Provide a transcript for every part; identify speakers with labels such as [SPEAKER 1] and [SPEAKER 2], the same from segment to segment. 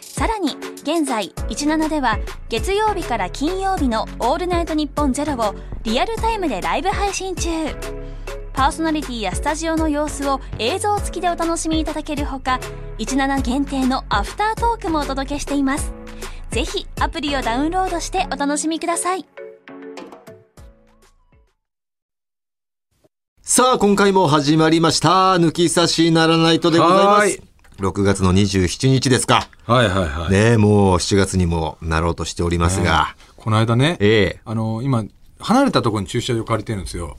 [SPEAKER 1] さらに現在17では月曜日から金曜日の「オールナイトニッポンゼロをリアルタイムでライブ配信中パーソナリティやスタジオの様子を映像付きでお楽しみいただけるほか17限定のアフタートークもお届けしていますぜひアプリをダウンロードしてお楽しみください
[SPEAKER 2] さあ、今回も始まりました。抜き差しならないとでございま
[SPEAKER 3] は
[SPEAKER 2] す
[SPEAKER 3] い。
[SPEAKER 2] 6月の27日ですか。
[SPEAKER 3] はいはいはい。
[SPEAKER 2] ねえ、もう7月にもなろうとしておりますが。
[SPEAKER 3] この間ね、
[SPEAKER 2] ええ
[SPEAKER 3] あの今離れたところに駐車場借りてるんですよ。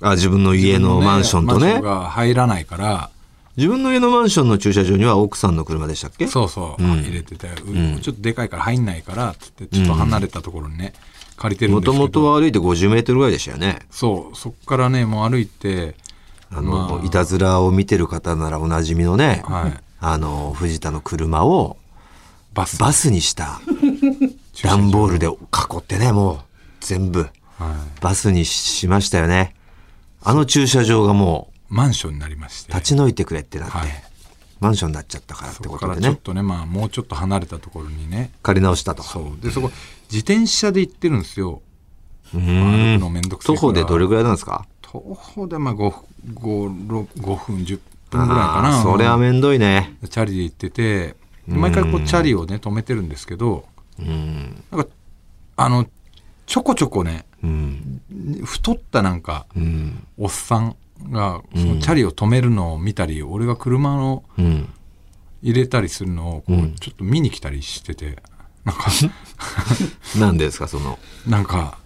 [SPEAKER 2] あ自分の家のマンションと
[SPEAKER 3] マンショ
[SPEAKER 2] ね
[SPEAKER 3] ン。が入らないから、
[SPEAKER 2] 自分の家のマンションの駐車場には奥さんの車でしたっけ
[SPEAKER 3] そうそう、入れてて、うちょっとでかいから入んないからっつってちょっと離れたところにね、借りてるん
[SPEAKER 2] も
[SPEAKER 3] です
[SPEAKER 2] と
[SPEAKER 3] けど。
[SPEAKER 2] もとは歩いて50メートルぐらいでしたよね。
[SPEAKER 3] そうそっからねもう歩いて、
[SPEAKER 2] あの、いたずらを見てる方ならおなじみのね、
[SPEAKER 3] はい
[SPEAKER 2] あの、藤田の車を
[SPEAKER 3] バス
[SPEAKER 2] バスにした
[SPEAKER 3] 駐車場
[SPEAKER 2] 段ボールで囲ってね、もう全部
[SPEAKER 3] は
[SPEAKER 2] バスにしましたよね。あの駐車場がも
[SPEAKER 3] い、マンションになりまして、
[SPEAKER 2] う立ち退いてくれってなって、
[SPEAKER 3] はい
[SPEAKER 2] マンションになっちゃったからって
[SPEAKER 3] そ
[SPEAKER 2] こ
[SPEAKER 3] こか
[SPEAKER 2] と
[SPEAKER 3] ら
[SPEAKER 2] で
[SPEAKER 3] ちょっ
[SPEAKER 2] ね、
[SPEAKER 3] とねまあもうちょっと離れたところにね。
[SPEAKER 2] 借り直したと。
[SPEAKER 3] そうでそこ自転車で行ってるんですよ。
[SPEAKER 2] う
[SPEAKER 3] 歩
[SPEAKER 2] ん
[SPEAKER 3] くのめんどくさい
[SPEAKER 2] 徒
[SPEAKER 3] か
[SPEAKER 2] 歩
[SPEAKER 3] ら
[SPEAKER 2] でどれぐらいなんですか
[SPEAKER 3] 徒歩でまあ 5, 5, 分10分ぐらいか
[SPEAKER 2] あ
[SPEAKER 3] な
[SPEAKER 2] ーそれはめんどいね。
[SPEAKER 3] チャリで行ってて毎回こうチャリをね止めてるんですけど
[SPEAKER 2] うん。
[SPEAKER 3] なんかあのちょこちょこね
[SPEAKER 2] うん。
[SPEAKER 3] 太ったなんか
[SPEAKER 2] うん。
[SPEAKER 3] おっさんがそのチャリを止めるのを見たり、俺が車を
[SPEAKER 2] うん。
[SPEAKER 3] 入れたりするのをこう、
[SPEAKER 2] うん
[SPEAKER 3] ちょっと見に来たりしててな んか
[SPEAKER 2] なんですか、その。
[SPEAKER 3] なんか、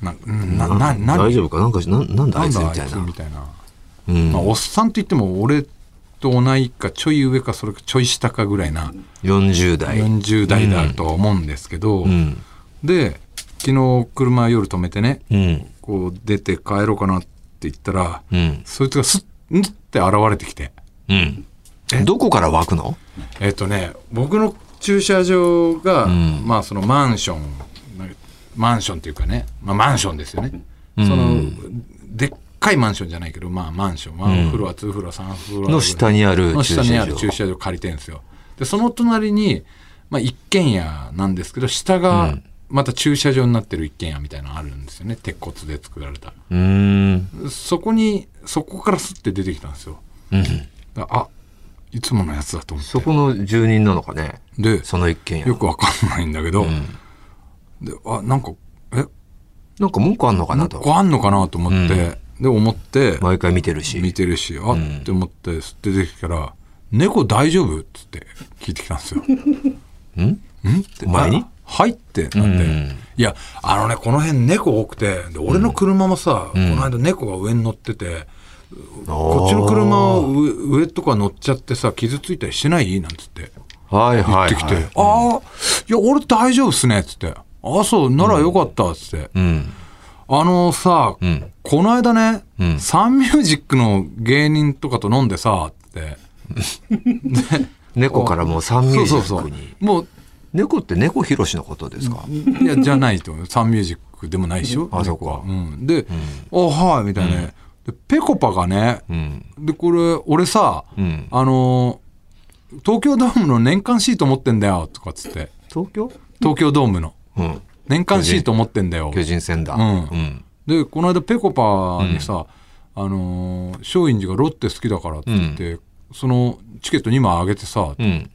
[SPEAKER 3] ななななな
[SPEAKER 2] 大丈夫かなんかし、なんなんだあ
[SPEAKER 3] ないん
[SPEAKER 2] つみ
[SPEAKER 3] だあい
[SPEAKER 2] たい
[SPEAKER 3] つ
[SPEAKER 2] な
[SPEAKER 3] み。たいな。
[SPEAKER 2] うん
[SPEAKER 3] まあ、おっさんといっても俺と同いかちょい上かそれかちょい下かぐらいな
[SPEAKER 2] 40代。
[SPEAKER 3] 40代だとは思うんですけど、
[SPEAKER 2] うん。
[SPEAKER 3] で昨日車夜止めてね
[SPEAKER 2] うん。
[SPEAKER 3] こう出て帰ろうかなって言ったら、
[SPEAKER 2] うん。
[SPEAKER 3] そいつがスッんって現れてきて
[SPEAKER 2] うん
[SPEAKER 3] え。
[SPEAKER 2] どこから湧くの
[SPEAKER 3] えっ、とね僕の駐車場が、
[SPEAKER 2] ん
[SPEAKER 3] まあそのマンションマンションっていうかね、まあ、マンションですよね、
[SPEAKER 2] ん
[SPEAKER 3] そのでっかいマンションじゃないけどまあマンション1フロア2フロア3フロア
[SPEAKER 2] の下にある
[SPEAKER 3] の
[SPEAKER 2] 駐車
[SPEAKER 3] 下に
[SPEAKER 2] 場。
[SPEAKER 3] ある駐車場借りてるんですよでその隣に、まあ、一軒家なんですけど下がまた駐車場になってる一軒家みたいなのあるんですよね鉄骨で作られた
[SPEAKER 2] うーん。
[SPEAKER 3] そこにそこからスッて出てきたんですよ
[SPEAKER 2] うん。
[SPEAKER 3] だあいつものやつだと思って
[SPEAKER 2] そこの住人なのかね
[SPEAKER 3] で
[SPEAKER 2] その一軒家
[SPEAKER 3] よ。くわかんないんだけど、であなんかえ
[SPEAKER 2] なんか文句あんのかな
[SPEAKER 3] なん
[SPEAKER 2] と。
[SPEAKER 3] かあんのかなと思って、で思って
[SPEAKER 2] 毎回見てる
[SPEAKER 3] 見
[SPEAKER 2] し。
[SPEAKER 3] てるしあって思って吸って出てきたら「猫大丈夫?」っつって聞いてきたんです よ。
[SPEAKER 2] んうん
[SPEAKER 3] って
[SPEAKER 2] 前に
[SPEAKER 3] あはいってなって、
[SPEAKER 2] うん
[SPEAKER 3] いやあのねこの辺猫多くてで俺の車もさ、この間猫が上に乗ってて、こっちの車は上上とか乗っちゃってさ傷ついたりしてないなんつって
[SPEAKER 2] はい
[SPEAKER 3] 言
[SPEAKER 2] は
[SPEAKER 3] っ
[SPEAKER 2] い
[SPEAKER 3] てきて「
[SPEAKER 2] はい。
[SPEAKER 3] ああいや俺大丈夫っすね」っつって「ああそうならよかった」っつって、
[SPEAKER 2] うん。
[SPEAKER 3] あのさ、
[SPEAKER 2] ん
[SPEAKER 3] この間ね、
[SPEAKER 2] ん
[SPEAKER 3] サンミュージックの芸人とかと飲んでさって。
[SPEAKER 2] 猫からもう三ミ
[SPEAKER 3] そ
[SPEAKER 2] ュー
[SPEAKER 3] う
[SPEAKER 2] ジ
[SPEAKER 3] そうそ
[SPEAKER 2] ッ
[SPEAKER 3] う
[SPEAKER 2] クに。
[SPEAKER 3] もう
[SPEAKER 2] 猫って猫ひろしのことですか
[SPEAKER 3] いや、じゃないと思う。サンミュージックでもないでしょ
[SPEAKER 2] あそっか
[SPEAKER 3] 猫はうん。で、おはい、みたいなね。で、ペコパがね、
[SPEAKER 2] うん。
[SPEAKER 3] で、これ、俺さ、
[SPEAKER 2] ん
[SPEAKER 3] あのー、東京ドームの年間シート持ってんだよ、とかっつって。
[SPEAKER 2] 東京
[SPEAKER 3] 東京ドームの。
[SPEAKER 2] うん。
[SPEAKER 3] 年間シート持ってんだよ。
[SPEAKER 2] 巨人戦だ。
[SPEAKER 3] うん
[SPEAKER 2] うん。
[SPEAKER 3] で、この間、ペコパにさ、あのー、松陰寺がロッテ好きだからって言って、そのチケット2枚あげてさ、
[SPEAKER 2] うん。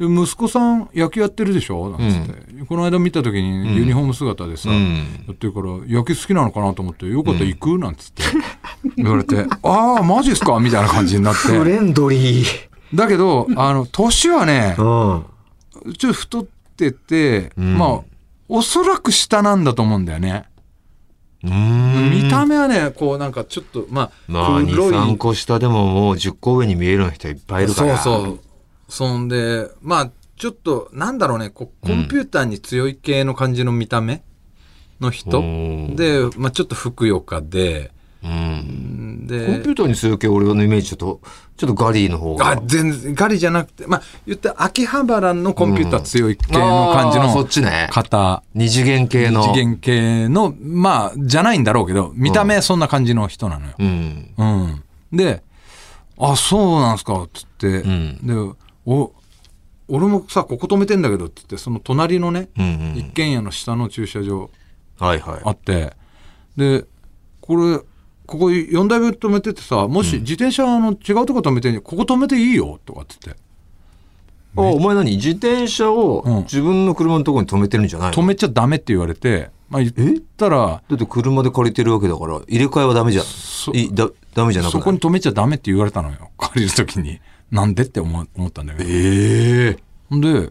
[SPEAKER 3] で息子さん野球やってるでしょなんつって、この間見た時にユニフォーム姿でさ、
[SPEAKER 2] ん
[SPEAKER 3] やってるから野球好きなのかなと思って「よかったら行く?」な んつって言われて「ああマジっすか?」みたいな感じになって
[SPEAKER 2] ンドリー。
[SPEAKER 3] だけどあの年はね
[SPEAKER 2] うん。
[SPEAKER 3] ちょっと太ってて、
[SPEAKER 2] ん
[SPEAKER 3] まあおそらく下なんだと思うんだよね、
[SPEAKER 2] うーん
[SPEAKER 3] 見た目はねこうなんかちょっとまあ、
[SPEAKER 2] まあ、2、
[SPEAKER 3] 黒い
[SPEAKER 2] 3個下でももう10個上に見える人いっぱいいるから。
[SPEAKER 3] そうそう。そんで、まあ、ちょっと、なんだろうね、こうコンピューターに強い系の感じの見た目の人
[SPEAKER 2] うん
[SPEAKER 3] で、まあ、ちょっとふくよかで、
[SPEAKER 2] うん。コン
[SPEAKER 3] で
[SPEAKER 2] ピューターにする系俺のイメージちょっと、ちょっとガリーの方が。
[SPEAKER 3] あ全然ガリじゃなくてまあ言ったら秋葉原のコンピューター強い系の感じ
[SPEAKER 2] あーそ
[SPEAKER 3] の
[SPEAKER 2] っちね。
[SPEAKER 3] 方
[SPEAKER 2] 二次元系の。
[SPEAKER 3] 次元系のまあじゃないんだろうけど見た目そんな感じの人なのよ。
[SPEAKER 2] うん。
[SPEAKER 3] うん、で「あそうなんすか」っつって、でお俺もさここ止めてんだけどっつってその隣のね、
[SPEAKER 2] うんうん
[SPEAKER 3] 一軒家の下の駐車場
[SPEAKER 2] はいはい。
[SPEAKER 3] あってでこれここ4台分止めててさもし自転車の違うとこ止めてんここ止めていいよとかっつって
[SPEAKER 2] あお前何自転車を
[SPEAKER 3] うん
[SPEAKER 2] 自分の車のところに止めてるんじゃないの、
[SPEAKER 3] 止めちゃダメって言われて、まあ、言ったら
[SPEAKER 2] だって車で借りてるわけだから、入れ替えはダメじゃん。いだダメじゃなく
[SPEAKER 3] そ
[SPEAKER 2] な
[SPEAKER 3] こ
[SPEAKER 2] い
[SPEAKER 3] に止めちゃダメって言われたのよ 借りる時になんでって思う思ったんだけど
[SPEAKER 2] ええ
[SPEAKER 3] で、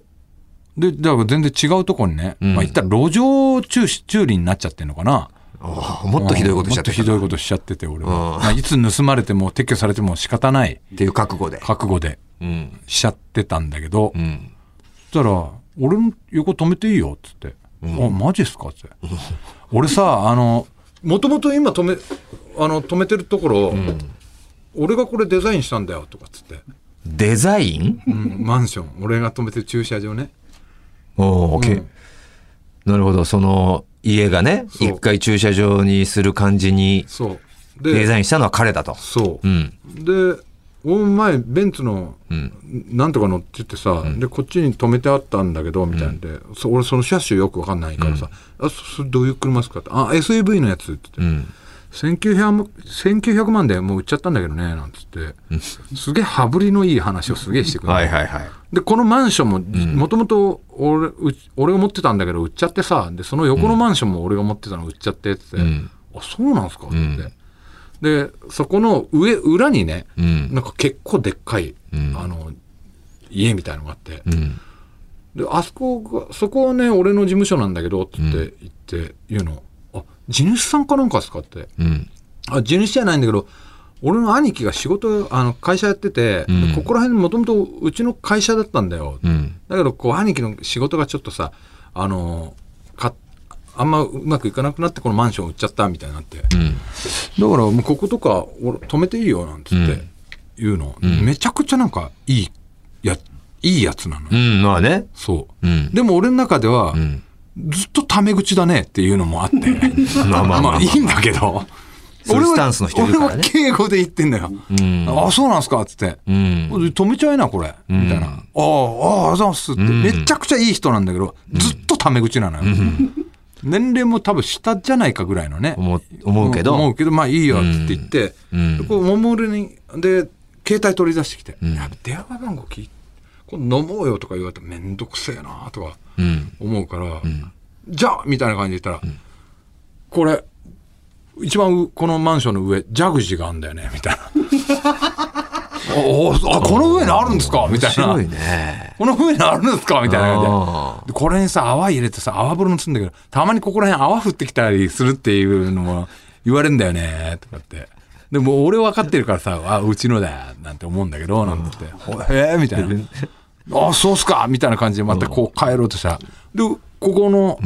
[SPEAKER 3] で、だから全然違うとこにね、
[SPEAKER 2] ん
[SPEAKER 3] まあ言ったら路上駐駐輪になっちゃってるのかな。
[SPEAKER 2] ああ、もっとひどいことしちゃって
[SPEAKER 3] もっとひ
[SPEAKER 2] い
[SPEAKER 3] どいことしちゃってて、俺は。
[SPEAKER 2] うん
[SPEAKER 3] まあ、いつ盗まれても撤去されても仕方ない
[SPEAKER 2] っていう覚悟で。
[SPEAKER 3] 覚悟で
[SPEAKER 2] うん。
[SPEAKER 3] しちゃってたんだけど、
[SPEAKER 2] うん。
[SPEAKER 3] そしたら、俺の横止めていいよ、っつって。あ、マジっすかっつって。俺さ、あの、もともと今止め、あの、止めてるところ、俺がこれデザインしたんだよ、とかっつって。
[SPEAKER 2] デザイン
[SPEAKER 3] うん、マンション、俺が止めてる駐車場ね。
[SPEAKER 2] おーけなるほど。その、家がね、
[SPEAKER 3] そう
[SPEAKER 2] 一回駐車場にする感じに
[SPEAKER 3] そう。
[SPEAKER 2] デザインしたのは彼だと。
[SPEAKER 3] そう、
[SPEAKER 2] ん。
[SPEAKER 3] でお前ベンツのなんとか乗っててさ、でこっちに止めてあったんだけどみたいなんで、そ俺その車種よくわかんないからさ「あそそれどういう車ですか?」って「あ SUV のやつ」って言って、
[SPEAKER 2] ん
[SPEAKER 3] 1900も1900万でもう売っちゃったんだけどねなんつって、すげえ羽振りのいい話をすげえしてくれる、
[SPEAKER 2] はいはいはい。
[SPEAKER 3] でこのマンションももともと俺うち俺が持ってたんだけど売っちゃってさでその横のマンションも俺が持ってたの売っちゃってって、あそうなんすかって、でそこの上裏にね、
[SPEAKER 2] ん
[SPEAKER 3] なんか結構でっかい、あの家みたいのがあって、
[SPEAKER 2] うん。
[SPEAKER 3] であそこがそこはね俺の事務所なんだけどって言って,、言って言うのあ地主さんかなんかですかって
[SPEAKER 2] うん。
[SPEAKER 3] あ地主じゃないんだけど俺の兄貴が仕事あの会社やってて、
[SPEAKER 2] ん
[SPEAKER 3] でここら辺もともとうちの会社だったんだよ、
[SPEAKER 2] うん。
[SPEAKER 3] だけどこう兄貴の仕事がちょっとさあのかあんまうまくいかなくなってこのマンション売っちゃったみたいになって、だからもうこことか俺止めていいよなんつって言うの、めちゃくちゃなんかいいやいいやつなのよ、
[SPEAKER 2] うん。まあね。
[SPEAKER 3] そ
[SPEAKER 2] う
[SPEAKER 3] う、
[SPEAKER 2] ん
[SPEAKER 3] でも俺の中では、
[SPEAKER 2] ん
[SPEAKER 3] ずっとタメ口だねっていうのもあって
[SPEAKER 2] まあまあまあまあ
[SPEAKER 3] いいんだけど
[SPEAKER 2] そういうスタンスの人いるからね
[SPEAKER 3] 俺は敬語で言ってんだよ、
[SPEAKER 2] ん
[SPEAKER 3] あそうなんすかっつって、
[SPEAKER 2] うん。
[SPEAKER 3] 止めちゃいなこれ、みたいな「ああああありがとうございます」って、めちゃくちゃいい人なんだけどずっとタメ口なのよ、年齢も多分下じゃないかぐらいのね
[SPEAKER 2] 思う思うけど
[SPEAKER 3] 思うけどまあいいよって言って、
[SPEAKER 2] ん
[SPEAKER 3] でこう守るにで携帯取り出してきて「やべ電話番号聞い今度飲もうよ」とか言われてめんどくせえなとか
[SPEAKER 2] うん。
[SPEAKER 3] 思うから「じゃあ」みたいな感じで言ったら「これ一番うこのマンションの上ジャグジーがあるんだよね」み たいな。おおあこの上にあるんですかみたいな
[SPEAKER 2] 白いね。
[SPEAKER 3] この上にあるんですかみたいな感
[SPEAKER 2] あ
[SPEAKER 3] じで。でこれにさ、泡入れてさ、泡風呂にするんだけど、たまにここら辺泡降ってきたりするっていうのも言われるんだよね、とかって。でも俺分かってるからさ、あ、うちのだ、なんて思うんだけど、なんて言って。ほえー、みたいな。あ、そうっすかみたいな感じでまたこう帰ろうとした。で、ここの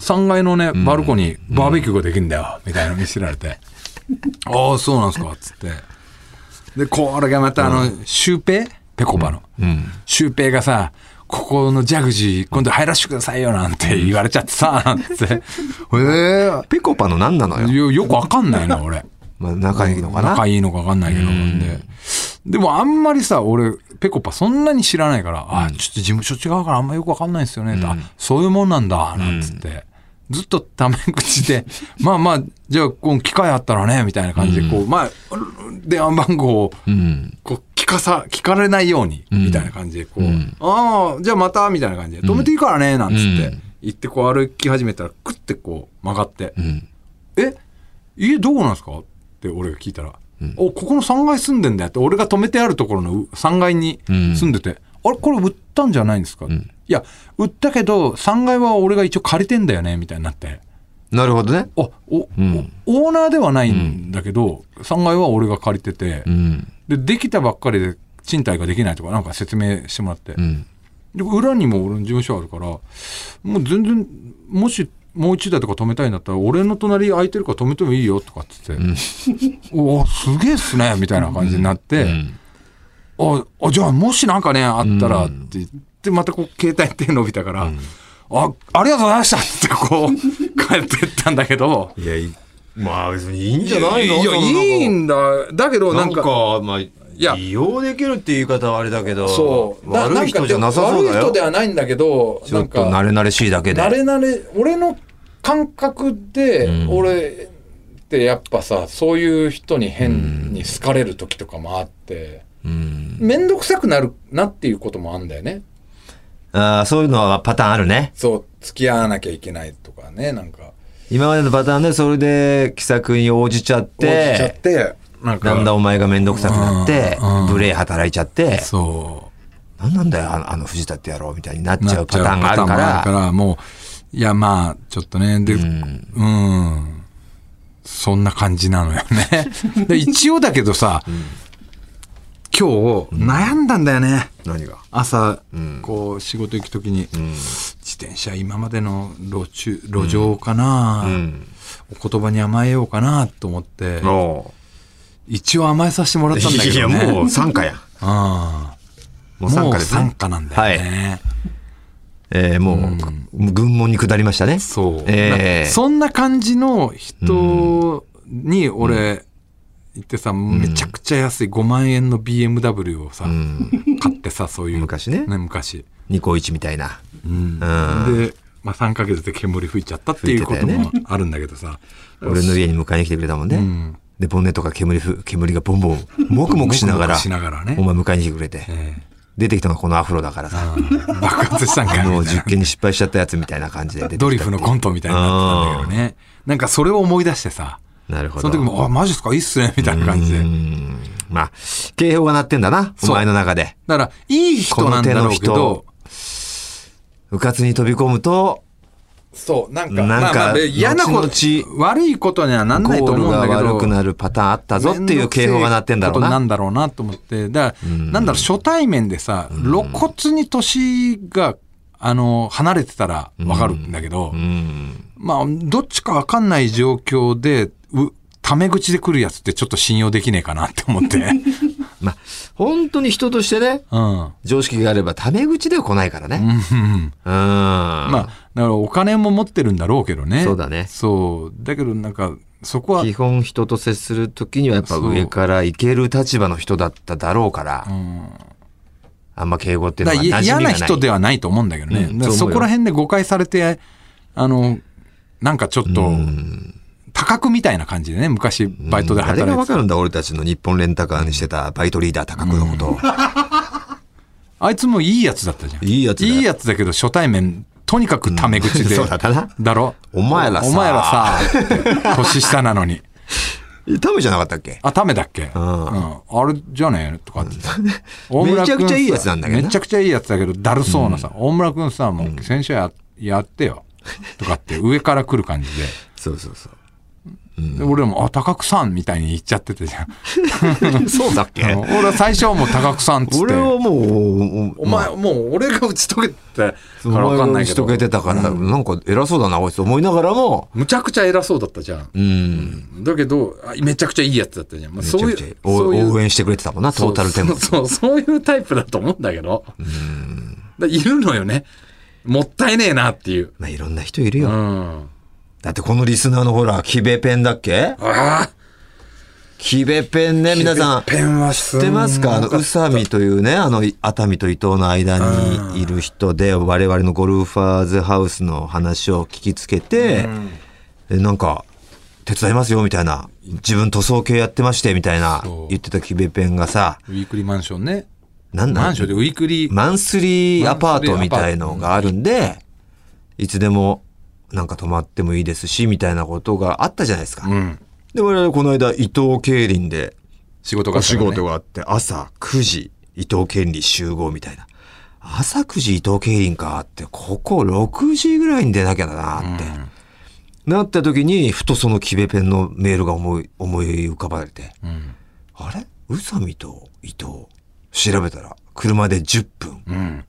[SPEAKER 3] 3階のね、バルコニー、バーベキューができるんだよ、みたいなの見せられ て。ああ、そうなんすか、つって。で、これがまたあの、シュウペイペコバの。シュウペイがさ、ここのジャグジー、今度入らしてくださいよなんて言われちゃってさ、 なんつって。え
[SPEAKER 2] ペコパの何なの
[SPEAKER 3] え
[SPEAKER 2] よ。
[SPEAKER 3] よよくわかんないな、俺。
[SPEAKER 2] まあ、仲いいのかな。
[SPEAKER 3] 仲いいのかわかんないけど、で。でもあんまりさ、俺、ペコパそんなに知らないから、あ、ちょっと事務所違うからあんまよくわかんないですよね、あ、そういうもんなんだ、なんつって。ずっとタメ口で、 まあまあ、じゃあ、この機会あったらね、みたいな感じで、こう、まあ、電話番号を、こう、聞かさ、聞かれないように、みたいな感じで、こう、ああ、じゃあまた、みたいな感じで、止めていいからね、なんつって、言って、こう歩き始めたら、クッてこう曲がって、え家どこなんですかって俺が聞いたら、おここの3階住んでんだよって俺が止めてあるところの3階に住んでて、あれこれ売ったんじゃないんですか、いや売ったけど3階は俺が一応借りてんだよねみたいになって
[SPEAKER 2] なるほどね。
[SPEAKER 3] あお、おオーナーではないんだけど、3階は俺が借りてて、
[SPEAKER 2] うん。
[SPEAKER 3] でできたばっかりで賃貸ができないとかなんか説明してもらって、
[SPEAKER 2] うん。
[SPEAKER 3] で裏にも俺の事務所あるからもう全然もしもう一台とか止めたいんだったら俺の隣空いてるから止めてもいいよとかっつって、 おおすげえっすねみたいな感じになって、ああじゃあもしなんかねあったらって言ってまたこう携帯手伸びたから、あありがとうございましたってこう帰ってったんだけど
[SPEAKER 2] いやいまあ別にいいんじゃないの
[SPEAKER 3] いや
[SPEAKER 2] そ
[SPEAKER 3] い
[SPEAKER 2] んなの
[SPEAKER 3] いんだだけど
[SPEAKER 2] な
[SPEAKER 3] なん
[SPEAKER 2] ん
[SPEAKER 3] か
[SPEAKER 2] か、まあ、
[SPEAKER 3] や
[SPEAKER 2] 利用できるっていう言い方はあれだけど、
[SPEAKER 3] そうな
[SPEAKER 2] 悪い人じゃなさそうだ
[SPEAKER 3] 悪い人で
[SPEAKER 2] よ。
[SPEAKER 3] はないんだけど
[SPEAKER 2] ちょっと
[SPEAKER 3] な
[SPEAKER 2] 慣
[SPEAKER 3] んか
[SPEAKER 2] れ慣れしいだけで。
[SPEAKER 3] 慣れ慣れ俺の感覚で、俺ってやっぱさそういう人に変に好かれる時とかもあって
[SPEAKER 2] うん
[SPEAKER 3] 面倒くさくなるなっていうこともあるんだよね
[SPEAKER 2] ああ、そういうのはパターンあるね。
[SPEAKER 3] そう付き合わなきゃいけないとかねなんか
[SPEAKER 2] 今までのパターンでそれで気さくに応じちゃっ、
[SPEAKER 3] 応じちゃっててなんか
[SPEAKER 2] なんだお前がめんどくさくなって
[SPEAKER 3] うんうん、
[SPEAKER 2] 無礼働いちゃって、
[SPEAKER 3] そう
[SPEAKER 2] なんなんだよ、あのあの藤田って野郎みたいになっちゃ
[SPEAKER 3] な
[SPEAKER 2] う
[SPEAKER 3] っちゃ
[SPEAKER 2] パ
[SPEAKER 3] う
[SPEAKER 2] ターンがあるか
[SPEAKER 3] パターン
[SPEAKER 2] ら、
[SPEAKER 3] もあるからもういやまあちょっとねでうんそんな感じなのよ ねで一応だけどさ、今日悩んだんだよね
[SPEAKER 2] 何が
[SPEAKER 3] 朝、こう仕事行く時に、自転車今までの路中路上かな、
[SPEAKER 2] ん
[SPEAKER 3] お言葉に甘えようかなと思って、
[SPEAKER 2] も
[SPEAKER 3] 一応甘えさせてもら
[SPEAKER 2] う、
[SPEAKER 3] ったんだけ
[SPEAKER 2] いや、
[SPEAKER 3] どね
[SPEAKER 2] もう参加やん。
[SPEAKER 3] うん
[SPEAKER 2] もう
[SPEAKER 3] も
[SPEAKER 2] 参
[SPEAKER 3] う
[SPEAKER 2] 加です
[SPEAKER 3] 参
[SPEAKER 2] ね。
[SPEAKER 3] 加なんだよね、
[SPEAKER 2] えーもう、軍門に下りましたね。
[SPEAKER 3] そう、
[SPEAKER 2] え
[SPEAKER 3] な
[SPEAKER 2] ー
[SPEAKER 3] そんな感じの人に俺行ってさ、めちゃくちゃ安い5万円の BMW をさ、買ってさそういう
[SPEAKER 2] 昔ね
[SPEAKER 3] 昔、
[SPEAKER 2] ニコイチみたいな。
[SPEAKER 3] うんで、まあ、3ヶ月で煙吹いちゃったっていうこと
[SPEAKER 2] 吹いて
[SPEAKER 3] もあるんだけどさ、
[SPEAKER 2] 俺の家に迎えに来てくれたもんね。
[SPEAKER 3] ん
[SPEAKER 2] で、ボンネットが煙ふ、煙がボンボン、もくもくしながら、
[SPEAKER 3] もくもくしながらね
[SPEAKER 2] お前迎えに来てくれて、
[SPEAKER 3] え
[SPEAKER 2] 出てきたのがこのアフロだからさ、
[SPEAKER 3] ー爆発したんかよ
[SPEAKER 2] もう
[SPEAKER 3] みたいな
[SPEAKER 2] 実験に失敗しちゃったやつみたいな感じで出てきた
[SPEAKER 3] ドリフのコントみたいになってたんだけどねなんかそれを思い出してさ
[SPEAKER 2] なるほ
[SPEAKER 3] そ
[SPEAKER 2] ど。
[SPEAKER 3] の時も「あマジっすかいいっすね」みたいな感じで
[SPEAKER 2] うーんまあ、警報が鳴ってんだな、お
[SPEAKER 3] う
[SPEAKER 2] 前の中で。
[SPEAKER 3] だからいい人なんだろうけ
[SPEAKER 2] この手
[SPEAKER 3] ど
[SPEAKER 2] の人うかつに飛び込むと、
[SPEAKER 3] そう、なんか、
[SPEAKER 2] なんか
[SPEAKER 3] まあまあで嫌なこと、
[SPEAKER 2] 後
[SPEAKER 3] 悪いことにはなん
[SPEAKER 2] ゴ
[SPEAKER 3] ないと
[SPEAKER 2] ー
[SPEAKER 3] 思
[SPEAKER 2] ル
[SPEAKER 3] うんだ
[SPEAKER 2] が
[SPEAKER 3] けど。
[SPEAKER 2] 悪くなるパターンあったぞっていう警報が鳴ってんだろう
[SPEAKER 3] めどくせえことな
[SPEAKER 2] な。
[SPEAKER 3] んだろうなと思って。だから、なんだろう、初対面でさ、露骨に年が、あの、離れてたらわかるんだけど、
[SPEAKER 2] うん。
[SPEAKER 3] まあ、どっちかわかんない状況で、う、タメ口で来るやつってちょっと信用できねえかなって 思って。
[SPEAKER 2] まあ、本当に人としてね、
[SPEAKER 3] うん。うん
[SPEAKER 2] 常識があればタメ口では来ないからね。
[SPEAKER 3] うん
[SPEAKER 2] うん。ま
[SPEAKER 3] まあ、だからお金も持ってるんだろうけどね。
[SPEAKER 2] そうだね
[SPEAKER 3] そう。だけどなんか、そこは
[SPEAKER 2] 基本人と接する時にはやっぱ上から行ける立場の人だっただろうから、あんま敬語っていう
[SPEAKER 3] だ
[SPEAKER 2] の
[SPEAKER 3] か
[SPEAKER 2] は
[SPEAKER 3] ら
[SPEAKER 2] 馴染
[SPEAKER 3] い
[SPEAKER 2] みが
[SPEAKER 3] 嫌
[SPEAKER 2] ない
[SPEAKER 3] な人ではないと思うんだけどね、
[SPEAKER 2] うん
[SPEAKER 3] だから
[SPEAKER 2] そ
[SPEAKER 3] そ
[SPEAKER 2] 思
[SPEAKER 3] う
[SPEAKER 2] うよ
[SPEAKER 3] こら辺で誤解されてあのなんかちょっと多角みたいな感じでね昔バイトで
[SPEAKER 2] 誰が
[SPEAKER 3] 働い
[SPEAKER 2] わ
[SPEAKER 3] て
[SPEAKER 2] かるんだ俺たちの日本レンタカーにしてたバイトリーダー高久のことを、
[SPEAKER 3] あいつもいいやつだったじゃん
[SPEAKER 2] いいやつだよ
[SPEAKER 3] いいやつだけど初対面とにかく タメ口
[SPEAKER 2] う
[SPEAKER 3] で、
[SPEAKER 2] ん そうだったな
[SPEAKER 3] ろ
[SPEAKER 2] お前らさ
[SPEAKER 3] お前らさって年下 なのに
[SPEAKER 2] タメじゃなかったっけ
[SPEAKER 3] あタメだっけ、
[SPEAKER 2] ん
[SPEAKER 3] うんあれじゃねえとかって大
[SPEAKER 2] めちゃくちゃいいやつなんだけどな
[SPEAKER 3] めちゃくちゃいいやつだけどだるそうなさ、大村君さもう先週ややってよとかって上から来る感じで
[SPEAKER 2] そうそうそう
[SPEAKER 3] で俺も「あ高久さん」みたいに言っちゃってたじゃん
[SPEAKER 2] そうだっけ
[SPEAKER 3] あの俺は最初はもう高久さんっつって
[SPEAKER 2] 俺はもう
[SPEAKER 3] お前、もう俺が打ち解けてたから分かんないけ
[SPEAKER 2] しと
[SPEAKER 3] ど
[SPEAKER 2] けてたから、なんか偉そうだなこいつ思いながらも
[SPEAKER 3] むちゃくちゃ偉そうだったじゃん
[SPEAKER 2] うん
[SPEAKER 3] だけどあめちゃくちゃいいやつだったじゃん、まあ、
[SPEAKER 2] めち
[SPEAKER 3] そ
[SPEAKER 2] ゃ
[SPEAKER 3] う
[SPEAKER 2] く
[SPEAKER 3] い
[SPEAKER 2] ちゃ
[SPEAKER 3] う
[SPEAKER 2] お
[SPEAKER 3] そういう
[SPEAKER 2] 応援してくれてたもんなトータルテン ボス
[SPEAKER 3] そうそうそういうタイプだと思うんだけどだいるのよねもったいねえなっていう
[SPEAKER 2] まあいろんな人いるよ、
[SPEAKER 3] うん
[SPEAKER 2] だってこのリスナーのほらキベペンだっけ
[SPEAKER 3] ああ
[SPEAKER 2] キベペンね皆さん
[SPEAKER 3] ペンは
[SPEAKER 2] 知ってますかあの、宇佐美というね、あの、い熱海と伊東の間にいる人で、我々のゴルファーズハウスの話を聞きつけて、えなんか、手伝いますよ、みたいな。自分塗装系やってまして、みたいな
[SPEAKER 3] そう、
[SPEAKER 2] 言ってたキベペンがさ、
[SPEAKER 3] ウィークリーマンションね
[SPEAKER 2] なん
[SPEAKER 3] マ
[SPEAKER 2] な
[SPEAKER 3] ン
[SPEAKER 2] ん
[SPEAKER 3] ションでウィークリー
[SPEAKER 2] マンスリーアパートみたいのがあるんで、いつでも、なんか泊まってもいいですし、みたいなことがあったじゃないですか。
[SPEAKER 3] うん
[SPEAKER 2] で、我々この間、伊東競輪で、
[SPEAKER 3] 仕事があ
[SPEAKER 2] お
[SPEAKER 3] った
[SPEAKER 2] 仕
[SPEAKER 3] からね
[SPEAKER 2] 事があって、朝9時、伊藤健理集合みたいな。朝9時伊藤競輪かって、ここ6時ぐらいに出なきゃだなって。なった時に、ふとそのキベペンのメールが思い、思い浮かばれて、
[SPEAKER 3] うん
[SPEAKER 2] あれ宇佐美と伊藤。調べたら、車で10分。
[SPEAKER 3] うん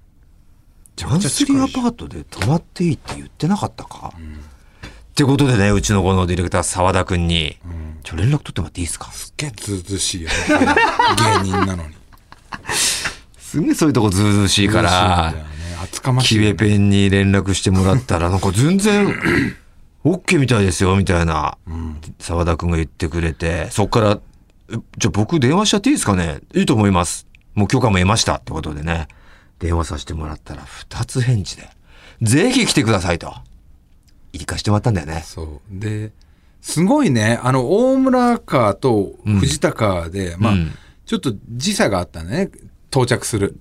[SPEAKER 2] マンスリーアパートで泊まっていいって言ってなかったか、ってことでね、うちのこのディレクター、沢田くんに、ちょ、連絡取ってもらっていいですか
[SPEAKER 3] すっげえずうずうしいよね芸人なのに
[SPEAKER 2] すげえそういうとこずうずうしいから
[SPEAKER 3] ずうずうしいんだ、よね厚かまし
[SPEAKER 2] キ
[SPEAKER 3] いよ
[SPEAKER 2] ベ
[SPEAKER 3] ね
[SPEAKER 2] ペンに連絡してもらったら、なんか全然、OK みたいですよ、みたいな、沢田くんが言ってくれて、そっから、えじゃあ僕電話しちゃっていいですかねいいと思います。もう許可も得ましたってことでね、電話させてもらったら、二つ返事で、ぜひ来てくださいと、行かしてもらったんだよね。
[SPEAKER 3] そうですごいねあの大村カーと藤田カーで、まあ、
[SPEAKER 2] うん
[SPEAKER 3] ちょっと時差があったんだね到着する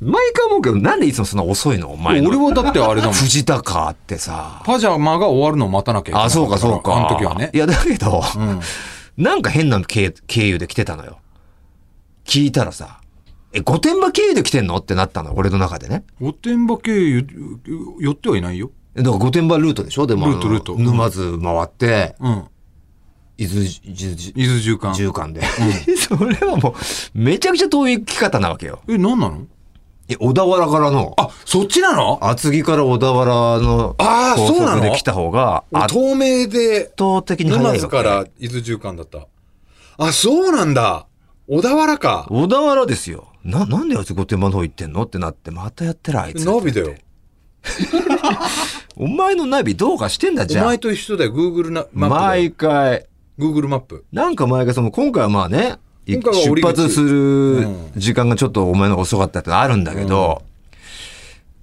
[SPEAKER 2] 毎回思うけど、なんでいつもそんな遅いのお前の。
[SPEAKER 3] 俺はだってあれだ もん
[SPEAKER 2] 藤高ってさ。
[SPEAKER 3] パジャマが終わるのを待たなきゃいけない
[SPEAKER 2] あ、そうかそうか。
[SPEAKER 3] あの時はね
[SPEAKER 2] いや、だけど、
[SPEAKER 3] ん
[SPEAKER 2] なんか変な経経由で来てたのよ。聞いたらさ、え、御殿場経由で来てんのってなったの、俺の中でね。
[SPEAKER 3] 御殿場経由寄ってはいないよ
[SPEAKER 2] だから御殿場ルートでしょでも、あの
[SPEAKER 3] ルートルート
[SPEAKER 2] 沼津回って、
[SPEAKER 3] うん
[SPEAKER 2] 伊豆じ、じ
[SPEAKER 3] 伊豆縦貫
[SPEAKER 2] 縦貫で。 それはもう、めちゃくちゃ遠い来方なわけよ。
[SPEAKER 3] え何なの
[SPEAKER 2] え、小田原からの、
[SPEAKER 3] あそっちなの
[SPEAKER 2] 厚木から小田原の
[SPEAKER 3] あー
[SPEAKER 2] 高
[SPEAKER 3] そうな
[SPEAKER 2] 速
[SPEAKER 3] の
[SPEAKER 2] で来た方が、
[SPEAKER 3] 俺
[SPEAKER 2] 圧
[SPEAKER 3] 透明で
[SPEAKER 2] 倒的に早
[SPEAKER 3] 沼
[SPEAKER 2] い
[SPEAKER 3] 津
[SPEAKER 2] わ
[SPEAKER 3] か
[SPEAKER 2] け。
[SPEAKER 3] ら伊豆縦貫だったあそうなんだ小田原か
[SPEAKER 2] 小田原ですよ。な、なんであいつ御殿場の方行ってんのってなって、またやってるあいつ。
[SPEAKER 3] ナビだよ
[SPEAKER 2] お前のナビどうかしてんだ
[SPEAKER 3] お
[SPEAKER 2] じゃ
[SPEAKER 3] 前
[SPEAKER 2] ん。
[SPEAKER 3] と一緒だよ Google なマップだよ
[SPEAKER 2] 毎回。
[SPEAKER 3] Google マップ
[SPEAKER 2] なんか毎回その、今回はまあね、い
[SPEAKER 3] 今回は折
[SPEAKER 2] 出
[SPEAKER 3] り口
[SPEAKER 2] 発する時間がちょっとお前の遅かったってのあるんだけど、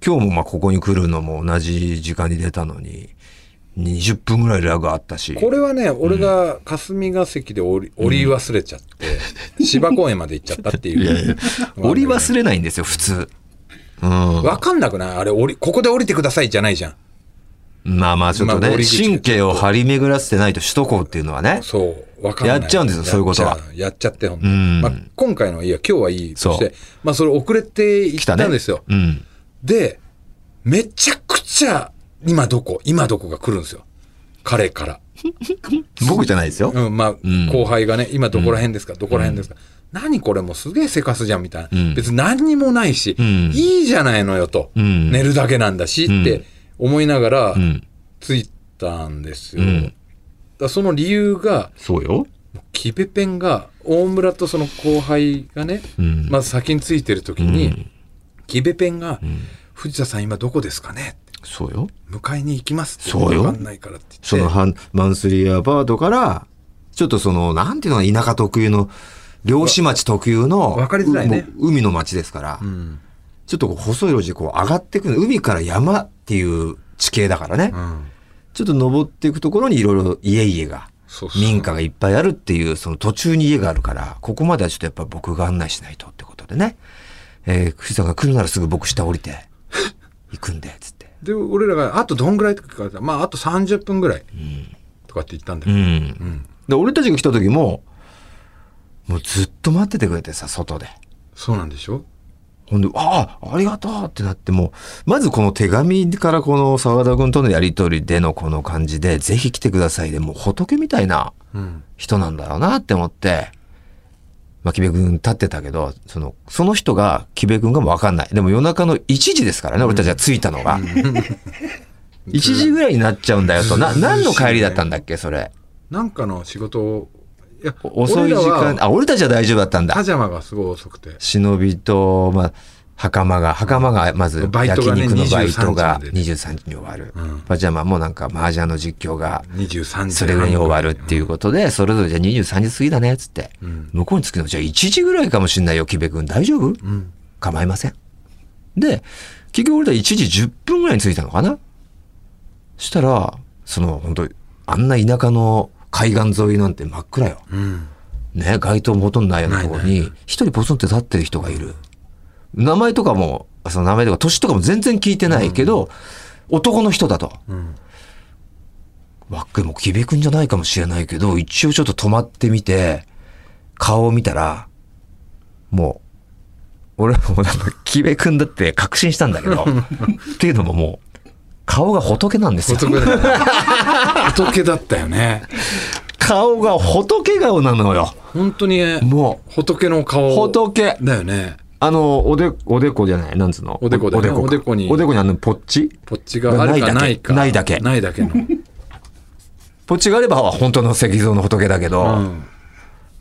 [SPEAKER 2] 今日もまあここに来るのも同じ時間に出たのに、20分ぐらいラグあったし。
[SPEAKER 3] これはね俺が霞が関で折り折り忘れちゃって、 芝公園まで行っちゃったっていう
[SPEAKER 2] 降り忘れないんですよ、普通。うん。
[SPEAKER 3] わかんなくないあれ降りここで降りてくださいじゃないじゃん
[SPEAKER 2] まあまあちょっと
[SPEAKER 3] まあ
[SPEAKER 2] ね、
[SPEAKER 3] 折り口が
[SPEAKER 2] 神経を張り巡らせてないと首都高っていうのはね。
[SPEAKER 3] そう、わかんない。
[SPEAKER 2] やっちゃうんですよそういうことは
[SPEAKER 3] やっちゃうやっちゃって、ほんと
[SPEAKER 2] うん
[SPEAKER 3] まあ、今回のはいいや、今日はいい。
[SPEAKER 2] そ
[SPEAKER 3] そうして、まあ、それ遅れて行
[SPEAKER 2] 来
[SPEAKER 3] ったた
[SPEAKER 2] ね。
[SPEAKER 3] んですよ。
[SPEAKER 2] うん。
[SPEAKER 3] で、めちゃくちゃ、今どこ、今どこが来るんですよ。彼から。
[SPEAKER 2] 僕じゃないですよ。
[SPEAKER 3] うん、まあ、
[SPEAKER 2] ん
[SPEAKER 3] 後輩がね、今どこら辺ですか、どこら辺ですか。何これもうすげえせかすじゃんみたいな。
[SPEAKER 2] うん
[SPEAKER 3] 別に何にもないし、
[SPEAKER 2] うん
[SPEAKER 3] いいじゃないのよと、
[SPEAKER 2] うん
[SPEAKER 3] 寝るだけなんだしって思いながら
[SPEAKER 2] うん。
[SPEAKER 3] 着いたんですよ。
[SPEAKER 2] うん
[SPEAKER 3] だからその理由が、
[SPEAKER 2] そうよ。
[SPEAKER 3] キベペンが大村とその後輩がね、
[SPEAKER 2] うん
[SPEAKER 3] まず先についてる時に、キベペンが、藤田さん今どこですかね?
[SPEAKER 2] そうよ。」
[SPEAKER 3] 迎えに行きますって
[SPEAKER 2] そうよ
[SPEAKER 3] わかんないからって
[SPEAKER 2] そ
[SPEAKER 3] 言
[SPEAKER 2] の
[SPEAKER 3] って
[SPEAKER 2] ハンマンスリーアパートから、ちょっとその、なんていうの田舎特有の、漁師町特有の、
[SPEAKER 3] わわかりづらいね
[SPEAKER 2] もう海の町ですから、
[SPEAKER 3] ん
[SPEAKER 2] ちょっとこう細い路地でこう上がってくる、海から山っていう地形だからね、
[SPEAKER 3] うん
[SPEAKER 2] ちょっと登っていくところにいろいろ家々が、
[SPEAKER 3] そうそう
[SPEAKER 2] 民家がいっぱいあるっていう、その途中に家があるから、ここまではちょっとやっぱ僕が案内しないとってことでね、えー、藤田が来るならすぐ僕下降りて、 行くんで、つって。
[SPEAKER 3] で俺らが「あとどんぐらい?」とか言ったらまああと30分ぐらい」とかって言ったんだ
[SPEAKER 2] う
[SPEAKER 3] よ、
[SPEAKER 2] ん。で、俺たちが来た時も、もうずっと待っててくれてさ、外で。
[SPEAKER 3] そうなんでしょ
[SPEAKER 2] ほんで、ああ、ありがとうってなって、もう、まずこの手紙からこの沢田君とのやりとりでのこの感じで、ぜひ来てくださいで、もう仏みたいな
[SPEAKER 3] うん
[SPEAKER 2] 人なんだろうなって思って、まあ、木部君立ってたけど、その、その人が、木部君がもわかんない。でも夜中の1時ですからね、俺たちが着いたのが。1時ぐらいになっちゃうんだよと。な、何の帰りだったんだっけ、それ。
[SPEAKER 3] なんかの仕事をいや
[SPEAKER 2] 遅い時
[SPEAKER 3] 俺
[SPEAKER 2] 間、
[SPEAKER 3] らは
[SPEAKER 2] あ、俺たちは大丈夫だったんだ
[SPEAKER 3] パ。ジャマがすごい遅くて
[SPEAKER 2] 忍びと、まあ、袴が、袴がまず
[SPEAKER 3] バイ
[SPEAKER 2] 焼
[SPEAKER 3] トがね
[SPEAKER 2] 肉のバイトが
[SPEAKER 3] 23時まで
[SPEAKER 2] 23時に終わる
[SPEAKER 3] うん。
[SPEAKER 2] パジャマもなんか麻雀の実況が
[SPEAKER 3] 23時
[SPEAKER 2] それぐらいに終わるっていうことで、それぞれじゃあ23時過ぎだね、つって。
[SPEAKER 3] うん
[SPEAKER 2] 向こうに着くの、じゃあ1時ぐらいかもしんないよ、木部君。大丈夫
[SPEAKER 3] うん
[SPEAKER 2] 構いません。で、結局俺ら1時10分ぐらいに着いたのかなしたら、その、本当あんな田舎の海岸沿いなんて真っ暗よ。
[SPEAKER 3] うん
[SPEAKER 2] ね、街灯もほとんどないようなところ
[SPEAKER 3] ない
[SPEAKER 2] に、一人ポツンって立ってる人がいる。名前とかも、その名前とか年とかも全然聞いてないけど、男の人だと。
[SPEAKER 3] うん
[SPEAKER 2] わっくりもうキベ君じゃないかもしれないけど、一応ちょっと止まってみて、顔を見たら、もう、俺はもうなんか、キベ君だって確信したんだけ ど、っていうのももう、顔が仏なんですよ。
[SPEAKER 3] 仏 だ仏だったよね
[SPEAKER 2] 顔が仏顔なのよ。
[SPEAKER 3] 本当に
[SPEAKER 2] も
[SPEAKER 3] 仏の
[SPEAKER 2] う、
[SPEAKER 3] 顔
[SPEAKER 2] 仏。
[SPEAKER 3] だよね
[SPEAKER 2] あの、おで、おでこじゃない、なんつうの
[SPEAKER 3] おでこだ
[SPEAKER 2] お
[SPEAKER 3] よ
[SPEAKER 2] で
[SPEAKER 3] ね
[SPEAKER 2] こか
[SPEAKER 3] おでこに
[SPEAKER 2] おでこにあの、ポッチ
[SPEAKER 3] ポッチがあるかないか
[SPEAKER 2] ないだけ
[SPEAKER 3] ないだけの
[SPEAKER 2] ポチガレバは本当の石像の仏だけど、
[SPEAKER 3] うん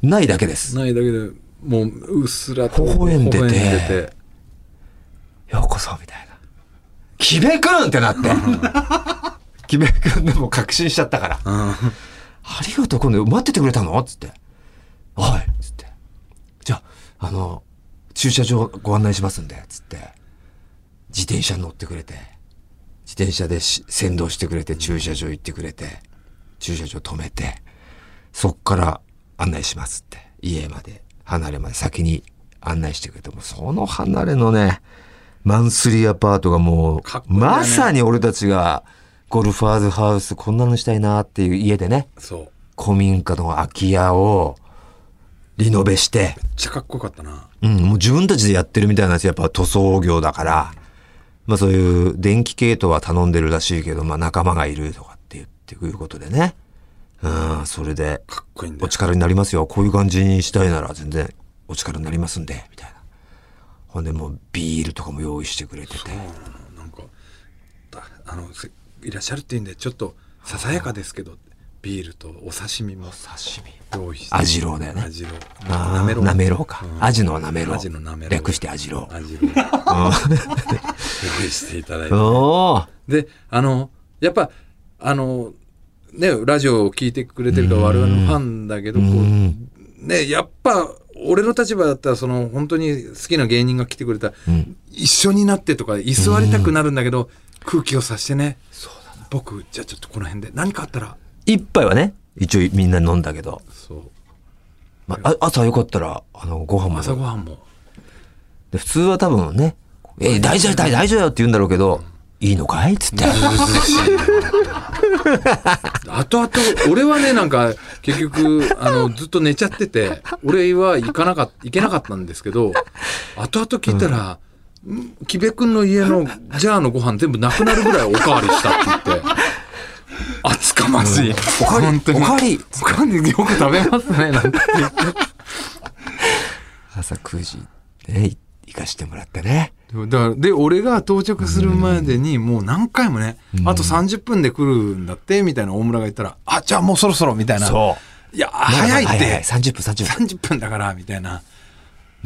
[SPEAKER 2] ないだけです。
[SPEAKER 3] ないだけでもううっすらと
[SPEAKER 2] 微笑んでて
[SPEAKER 3] 微笑んでて
[SPEAKER 2] ようこそ、みたいな。キベくんってなって。 キベくんでも確信しちゃったから。ありがとう、今度待っててくれたのつって。はい、つって。じゃあ、あの、駐車場ご案内しますんで、つって。自転車に乗ってくれて、自転車でし先導してくれて、駐車場行ってくれて、駐車場止めて、そっから案内しますって。家まで、離れまで先に案内してくれて、もうその離れのね、マンスリーアパートがもう、
[SPEAKER 3] かっこいいよね
[SPEAKER 2] まさに俺たちが、ゴルファーズハウス、こんなのしたいなっていう家でね、
[SPEAKER 3] そうめっ
[SPEAKER 2] 古民家の空き家を、リノベして、
[SPEAKER 3] ちゃかっこよかったな
[SPEAKER 2] うん、もう自分たちでやってるみたいなやつ、やっぱ塗装業だから、まあそういう電気系統は頼んでるらしいけど、まあ仲間がいるとかって言ってくることでね。うん、それで、
[SPEAKER 3] かっこいいんだ
[SPEAKER 2] お
[SPEAKER 3] よ
[SPEAKER 2] 力になりますよ。こういう感じにしたいなら全然お力になりますんで、みたいな。ほんでもうビールとかも用意してくれてて。
[SPEAKER 3] うんなんかだあのせいらっしゃるっていうんでちょっとささやかですけどビールとお刺身も
[SPEAKER 2] 刺身。
[SPEAKER 3] 用意して
[SPEAKER 2] アジローだよね。
[SPEAKER 3] 味ロ
[SPEAKER 2] あー
[SPEAKER 3] なめろう
[SPEAKER 2] なめろうか。アジのなめろ
[SPEAKER 3] アジのなめ
[SPEAKER 2] う。
[SPEAKER 3] ろう
[SPEAKER 2] 略してアジロー。
[SPEAKER 3] 味ロー用意していただい て
[SPEAKER 2] おー
[SPEAKER 3] であのやっぱあのねラジオを聞いてくれてるから我々のファンだけどこ
[SPEAKER 2] うん
[SPEAKER 3] うねやっぱ俺の立場だったらその本当に好きな芸人が来てくれたら、一緒になってとか居座りたくなるんだけど、空気を察してね僕じゃあちょっとこの辺で何かあったら
[SPEAKER 2] 一杯はね、一応みんな飲んだけど。
[SPEAKER 3] そ
[SPEAKER 2] まあ、あ朝よかったら、あの、ご飯
[SPEAKER 3] う
[SPEAKER 2] も。
[SPEAKER 3] 朝ごはんも
[SPEAKER 2] で普通は多分ね、え大丈夫大大丈夫よって言うんだろうけど、いいのかいっつって。
[SPEAKER 3] 後々俺はねなんか結局あのずっと寝ちゃってて俺は行かなかっ行けなかったんですけど後々聞いたら、ん木部君の家のジャーのご飯全部なくなるぐらいおかわりしたって言って。厚かましい。
[SPEAKER 2] おかわり
[SPEAKER 3] 本当に
[SPEAKER 2] おかわり
[SPEAKER 3] おかわりよく食べますね、なんて言って。
[SPEAKER 2] 朝9時、ね、い行かしてもらってね。
[SPEAKER 3] でもだからで俺が到着するまでにもう何回もね、あと30分で来るんだってみたいな大村が言ったら「あじゃあもうそろそろ」みたいな
[SPEAKER 2] そ
[SPEAKER 3] いや早いっ
[SPEAKER 2] はは
[SPEAKER 3] て
[SPEAKER 2] 30分30分。
[SPEAKER 3] 30分だからみたいな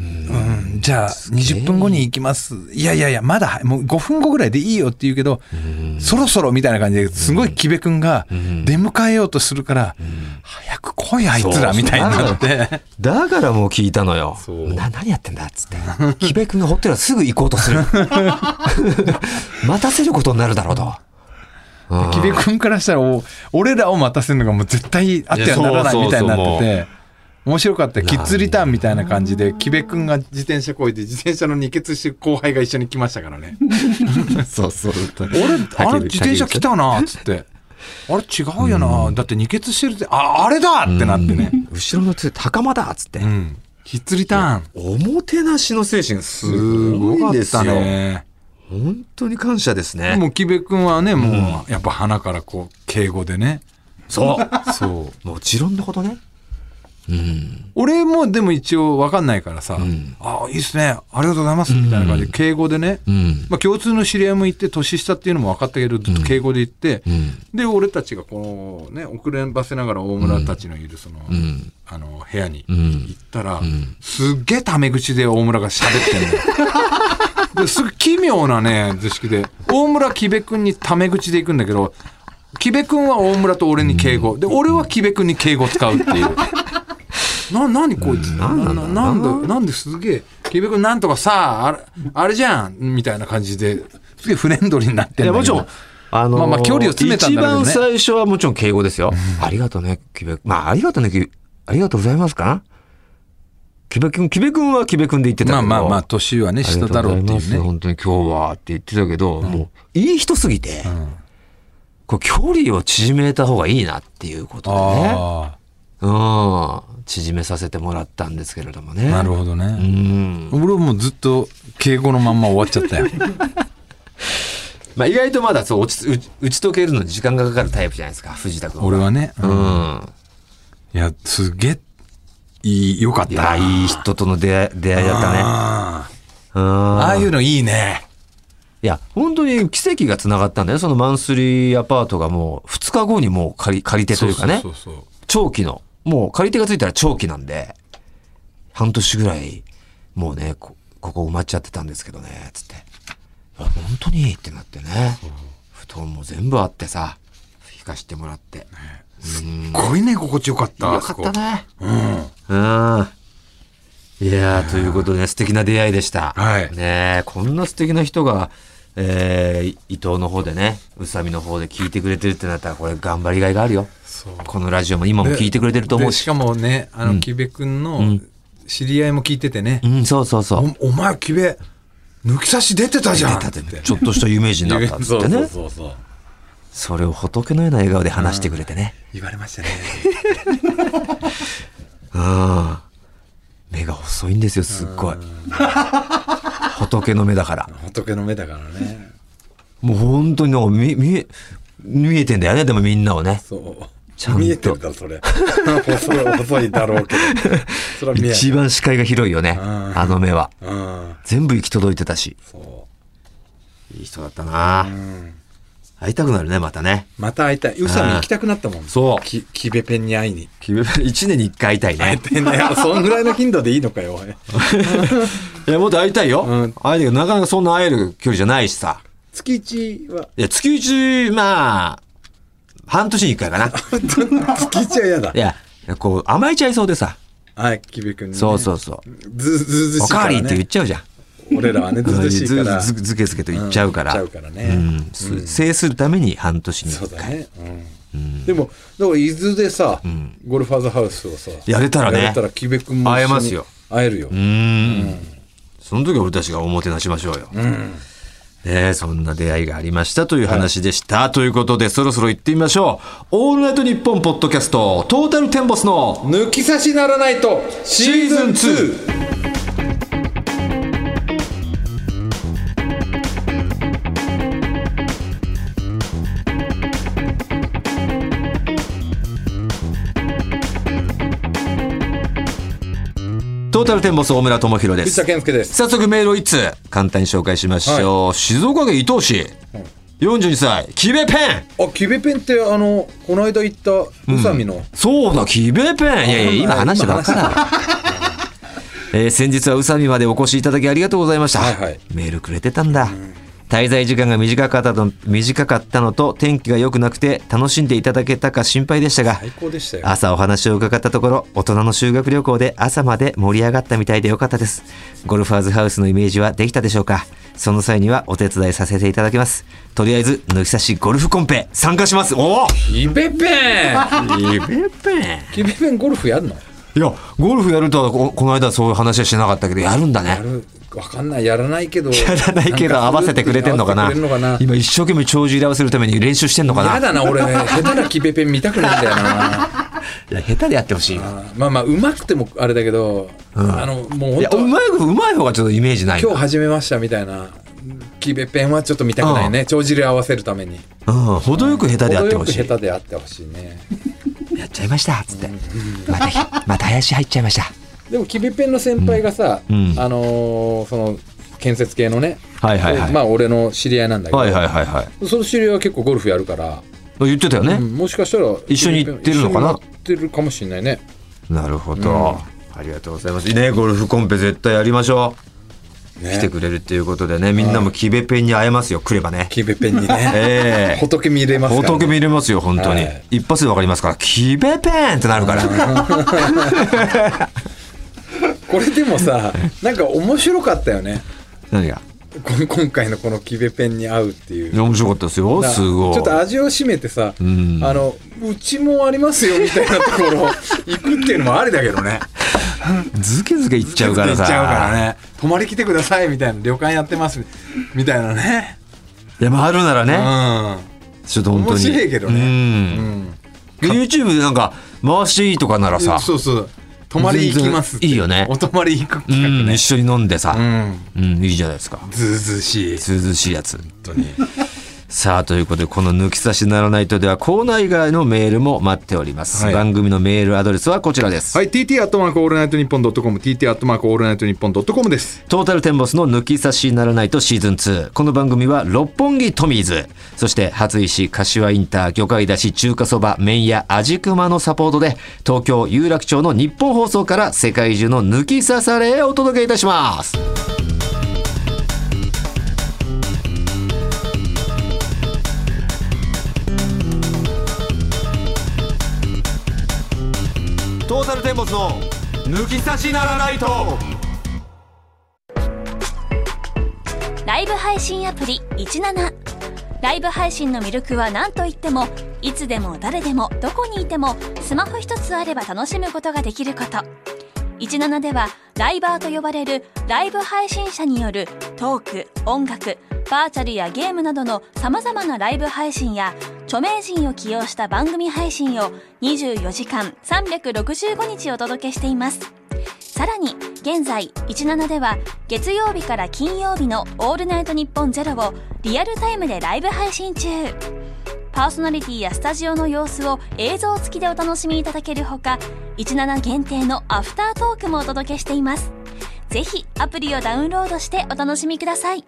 [SPEAKER 3] うん、じゃあ20分後に行きますいやいやいやまだもう5分後ぐらいでいいよって言うけど、そろそろみたいな感じですごい木部君が出迎えようとするから、早く来いあいつらみたいになって。
[SPEAKER 2] だからもう聞いたのよ
[SPEAKER 3] そう。
[SPEAKER 2] な、何やってんだっつって。木部君がホテルはすぐ行こうとする。 待たせることになるだろうと。うん
[SPEAKER 3] 木部君からしたらお俺らを待たせるのがもう絶対あってはならない
[SPEAKER 2] いやそうそうそう
[SPEAKER 3] みたいになって
[SPEAKER 2] も
[SPEAKER 3] て面白かったよキッズリターンみたいな感じで木部君が自転車こいで自転車の二欠してる後輩が一緒に来ましたからね
[SPEAKER 2] そうそう。
[SPEAKER 3] 俺 あれ自転車来たなっつってあれ違うよなだって二欠してるってああれだってなってね
[SPEAKER 2] 後ろの手、高間だっつって
[SPEAKER 3] う。んキッズリターン
[SPEAKER 2] おもてなしの精神す
[SPEAKER 3] すごか
[SPEAKER 2] ごい
[SPEAKER 3] っ
[SPEAKER 2] です
[SPEAKER 3] た
[SPEAKER 2] よ。
[SPEAKER 3] ね
[SPEAKER 2] 本当に感謝ですね。
[SPEAKER 3] もう木部君はねもうやっぱ鼻からこう敬語でね
[SPEAKER 2] そう。
[SPEAKER 3] そう
[SPEAKER 2] もちろんのことね。
[SPEAKER 3] 俺もでも一応分かんないからさ「ああいいっすねありがとうございます」みたいな感じで敬語でね、まあ、共通の知り合いも行って年下っていうのも分かったけどずっと敬語で行って、で俺たちがこのね遅ればせながら大村たちのいるその,、あの部屋に行ったら、すっげえタメ口で大村が喋ってん のよ。ですごい奇妙なね図式で大村木部君にタメ口で行くんだけど木部君は大村と俺に敬語で俺は木部君に敬語使うっていう。な、なにこいつ、な、な、なんだ、なんですげえ、木部君なんとかさ、あれ、あれじゃん、みたいな感じで、すげえフレンドリーになってんだけど
[SPEAKER 2] あのー
[SPEAKER 3] まあまあ距離を詰めたんだけどね
[SPEAKER 2] 一番最初はもちろん敬語ですよ。ありがとうね、キベ。まあ、ありがとうね、キベ。ありがとうございますかな。キベ君、キベ君はキベ君で言ってたけ
[SPEAKER 3] ま
[SPEAKER 2] ど。
[SPEAKER 3] あまあまあ、年はね、
[SPEAKER 2] あり
[SPEAKER 3] 下
[SPEAKER 2] がと
[SPEAKER 3] だろう
[SPEAKER 2] ございま
[SPEAKER 3] ってい
[SPEAKER 2] す
[SPEAKER 3] うね。
[SPEAKER 2] 本当に今日はって言ってたけど、もう、いい人すぎて、こう距離を縮めた方がいいなっていうことでね。
[SPEAKER 3] あ
[SPEAKER 2] うん。縮めさせてもらったんですけれどもね。
[SPEAKER 3] あ、なるほど
[SPEAKER 2] う
[SPEAKER 3] ね。
[SPEAKER 2] ん。
[SPEAKER 3] 俺はもうずっと敬語のまんま終わっちゃった よ。
[SPEAKER 2] まあ、意外とまだそう落ち打ち打ち解けるのに時間がかかるタイプじゃないですか藤田君
[SPEAKER 3] 俺はね。うん
[SPEAKER 2] うん
[SPEAKER 3] いや、すげえ、いい、よかっ
[SPEAKER 2] いや
[SPEAKER 3] た。
[SPEAKER 2] いい人との出会い出会いだったね
[SPEAKER 3] あ
[SPEAKER 2] うん
[SPEAKER 3] あああいうのいいね。
[SPEAKER 2] いや本当に奇跡がつながったんだよそのマンスリーアパートがもう普2日後にもう借り、借り手というかね
[SPEAKER 3] そ、うそうそう
[SPEAKER 2] 長期の、もう借り手がついたら長期なんで、半年ぐらい、もうね、こここ埋まっちゃってたんですけどね、つって。あ本当にってなってね。布団も全部あってさ、引かしてもらって。
[SPEAKER 3] すごいね心地よかった
[SPEAKER 2] よ
[SPEAKER 3] あ
[SPEAKER 2] か
[SPEAKER 3] そ
[SPEAKER 2] っ
[SPEAKER 3] こ
[SPEAKER 2] たね。うん。いやー、ということでね、素敵な出会いでした。
[SPEAKER 3] はい
[SPEAKER 2] ねえこんな素敵な人が、えー、伊藤の方でね、宇佐美の方で聞いてくれてるってなったら、これ頑張りがいがあるよ。
[SPEAKER 3] そう
[SPEAKER 2] このラジオも今も聞いてくれてると思う
[SPEAKER 3] で
[SPEAKER 2] し
[SPEAKER 3] し。かもねあの木部君の知り合いも聞いててね
[SPEAKER 2] う、ん、そうそうそう。
[SPEAKER 3] おお前木部抜き差し出てたじゃん
[SPEAKER 2] 出たってちょっとした有名人にな ったっつ
[SPEAKER 3] そ
[SPEAKER 2] っ
[SPEAKER 3] う
[SPEAKER 2] て
[SPEAKER 3] そう
[SPEAKER 2] ね。
[SPEAKER 3] そうそう
[SPEAKER 2] それを仏のような笑顔で話してくれてね。
[SPEAKER 3] 言われまし たね
[SPEAKER 2] うん。目が細いんですよ、すっ ごい。仏の目だから。
[SPEAKER 3] 仏の目だからね
[SPEAKER 2] もう本当になんか見、見え、見えてんだよね、でもみんなをね。
[SPEAKER 3] そう
[SPEAKER 2] ちゃんと
[SPEAKER 3] 見えてるだろそれ 細い細いだろうけどそれは見え
[SPEAKER 2] 一番視界が広いよね、
[SPEAKER 3] ん
[SPEAKER 2] あの目は。
[SPEAKER 3] うん
[SPEAKER 2] 全部行き届いてたし。
[SPEAKER 3] そ
[SPEAKER 2] いい人だったな
[SPEAKER 3] う、うん、
[SPEAKER 2] 会いたくなるね、またね。
[SPEAKER 3] また会いたい宇佐美行きたくなったもん
[SPEAKER 2] そう
[SPEAKER 3] き木部ペンに会いに
[SPEAKER 2] 一年に一回会いたいね。
[SPEAKER 3] でねそんぐらいの頻度でいいのかよおい
[SPEAKER 2] いや、もっと会いたいよ。
[SPEAKER 3] う
[SPEAKER 2] 会い
[SPEAKER 3] ん
[SPEAKER 2] たいけど、なかなかそんな会える距離じゃないしさ。
[SPEAKER 3] 月一はい
[SPEAKER 2] や、月一、まあ、半年に一回 かな。
[SPEAKER 3] 月一は嫌だ
[SPEAKER 2] いや、こう、甘えちゃいそうでさ。
[SPEAKER 3] はい木部君にね
[SPEAKER 2] そうそうそう。
[SPEAKER 3] ずうずうず
[SPEAKER 2] お
[SPEAKER 3] しい
[SPEAKER 2] か
[SPEAKER 3] か
[SPEAKER 2] わり
[SPEAKER 3] ら
[SPEAKER 2] って言っ
[SPEAKER 3] ね
[SPEAKER 2] ちゃうじゃん。
[SPEAKER 3] 俺らはねずうずうしいから
[SPEAKER 2] ずずずけずけと言っちゃうから。
[SPEAKER 3] うん言っちゃうからね
[SPEAKER 2] うんす制するために半年に
[SPEAKER 3] そ
[SPEAKER 2] 一
[SPEAKER 3] うだ
[SPEAKER 2] 回。
[SPEAKER 3] ね、うん、でもだから伊豆でさ、ゴルファーズハウスをさ
[SPEAKER 2] やれたらね
[SPEAKER 3] やれたら木部君も一緒に
[SPEAKER 2] 会えますよ
[SPEAKER 3] 会えるよ、
[SPEAKER 2] うーん。その時は俺たちがおもてなしましょうよ。ねえそんな出会いがありましたという話でした。ということで、そろそろ行ってみましょう。オールナイトニッポンポッドキャスト、トータルテンボスの
[SPEAKER 3] 抜き差しならないとシーズン 2!
[SPEAKER 2] トータルテンボス大村智広で
[SPEAKER 3] 藤田
[SPEAKER 2] す。
[SPEAKER 3] 健介です
[SPEAKER 2] 早速メールを一通簡単に紹介しましょう。静岡県伊東市、42歳、キベペン
[SPEAKER 3] あ木部ペンってあのこの間行った宇佐美の、
[SPEAKER 2] そうだ、キベペンいやいや、今話してばっか だ。えー先日は宇佐美までお越しいただきありがとうございました。
[SPEAKER 3] はいはい
[SPEAKER 2] メールくれてたんだ。滞在時間が短かったの短かったのと天気が良くなくて楽しんでいただけたか心配でしたが
[SPEAKER 3] 最高でしたよ
[SPEAKER 2] 朝お話を伺ったところ大人の修学旅行で朝まで盛り上がったみたいでよかったですゴルファーズハウスのイメージはできたでしょうかその際にはお手伝いさせていただきますとりあえず抜き差しゴルフコンペ参加しますおお
[SPEAKER 3] 木部ペン
[SPEAKER 2] いべぺん
[SPEAKER 3] 木部ペンゴルフやるの
[SPEAKER 2] いや、ゴルフやるとはこ、この間そういう話はしてなかったけど、やるんだ
[SPEAKER 3] や
[SPEAKER 2] ね。
[SPEAKER 3] るわかんないやらないけど
[SPEAKER 2] やらないけど、合わせてくれてんのか
[SPEAKER 3] 合
[SPEAKER 2] な
[SPEAKER 3] わせてくれるのかな
[SPEAKER 2] 今、一生懸命長寿入れ合わせるために練習してんのかな
[SPEAKER 3] やだな俺ね下手な木部ペン見たくないんだよな
[SPEAKER 2] いや下手でやってほしいよ。
[SPEAKER 3] まあまあうまくてもあれだけど、あのも
[SPEAKER 2] い
[SPEAKER 3] う本
[SPEAKER 2] や、
[SPEAKER 3] 当
[SPEAKER 2] うまい、うまい方がちょっとイメージないな。
[SPEAKER 3] 今日始めましたみたいな木べペンはちょっと見たくないね帳尻合わせるために
[SPEAKER 2] うん、程よく下手でやってほし
[SPEAKER 3] 程よく下
[SPEAKER 2] い。
[SPEAKER 3] 手であってほしいね
[SPEAKER 2] やっちゃいました、つって。また、また林入っちゃいました。
[SPEAKER 3] でも木べペンの先輩がさ、
[SPEAKER 2] うんうん
[SPEAKER 3] あのーその建設系のね、
[SPEAKER 2] はいはいはい
[SPEAKER 3] まあ俺の知り合いなんだけど、
[SPEAKER 2] はいはいはいはい。
[SPEAKER 3] その知り合いは結構ゴルフやるから、
[SPEAKER 2] 言ってたよ
[SPEAKER 3] う
[SPEAKER 2] ね。
[SPEAKER 3] んもしかしたら
[SPEAKER 2] 一緒に行ってるのかな
[SPEAKER 3] 一緒にやってるかもしれないね
[SPEAKER 2] なるほど。ありがとうございます。いいね、ゴルフコンペ絶対やりましょう。
[SPEAKER 3] ね
[SPEAKER 2] 来てくれるっていうことでね、みんなもキベペンに会えますよ、来ればね。
[SPEAKER 3] 木べペンにね
[SPEAKER 2] ええ
[SPEAKER 3] 仏見れますから、ね、
[SPEAKER 2] 仏見れますよ、本当に。
[SPEAKER 3] はい
[SPEAKER 2] 一発でわかりますから、キベペンってなるから。
[SPEAKER 3] これでもさなんか面白かったよね
[SPEAKER 2] 何が
[SPEAKER 3] こん今回のこの木べペンに会うっていう
[SPEAKER 2] 面白かったですよ、
[SPEAKER 3] な
[SPEAKER 2] すごい。
[SPEAKER 3] ちょっと味を占めてさ、
[SPEAKER 2] ん
[SPEAKER 3] あのうちもありますよみたいなところ行くっていうのもありだけどね
[SPEAKER 2] ずけずけいっちゃうから
[SPEAKER 3] 行っちゃうから
[SPEAKER 2] さ。
[SPEAKER 3] ね泊まり来てくださいみたいな旅館やってますみたいなね
[SPEAKER 2] いや、まあ、あるなら
[SPEAKER 3] う
[SPEAKER 2] ね、
[SPEAKER 3] ん
[SPEAKER 2] ちょっと本当に。
[SPEAKER 3] 面白いけどね
[SPEAKER 2] うんで YouTube でなんか、回していいとかならさ、
[SPEAKER 3] そうそう泊まり行きますって
[SPEAKER 2] 全然いいよね
[SPEAKER 3] お泊まり行く
[SPEAKER 2] う
[SPEAKER 3] 企画
[SPEAKER 2] ん、
[SPEAKER 3] ね
[SPEAKER 2] 一緒に飲んでさ
[SPEAKER 3] う、ん
[SPEAKER 2] うん、いいじゃないですか。
[SPEAKER 3] ずうずうしい
[SPEAKER 2] 涼しいやつ。
[SPEAKER 3] 本当に
[SPEAKER 2] さあ、ということで、この抜き差しならないとでは、コーナー以外のメールも待っております。
[SPEAKER 3] はい
[SPEAKER 2] 番組のメールアドレスはこちらです。
[SPEAKER 3] はい、TT アットマークオールナイトニッポンドットコム、TT アットマークオールナイトニッポンドットコムです。
[SPEAKER 2] トータルテンボスの抜き差しならないとシーズン2。この番組は六本木トミーズ。そして、初石、柏インター、魚介だし、中華そば、麺屋、味熊のサポートで、東京有楽町の日本放送から世界中の抜き差されへお届けいたします。トータルテンボスの抜き差しならないと。
[SPEAKER 1] ライブ配信アプリ17ライブ配信の魅力は何といってもいつでも誰でもどこにいてもスマホ一つあれば楽しむことができること17ではライバーと呼ばれるライブ配信者によるトーク音楽バーチャルやゲームなどのさまざまなライブ配信や著名人を起用した番組配信を24時間365日お届けしていますさらに現在17では月曜日から金曜日の「オールナイトニッポンゼロをリアルタイムでライブ配信中パーソナリティやスタジオの様子を映像付きでお楽しみいただけるほか17限定のアフタートークもお届けしていますぜひアプリをダウンロードしてお楽しみください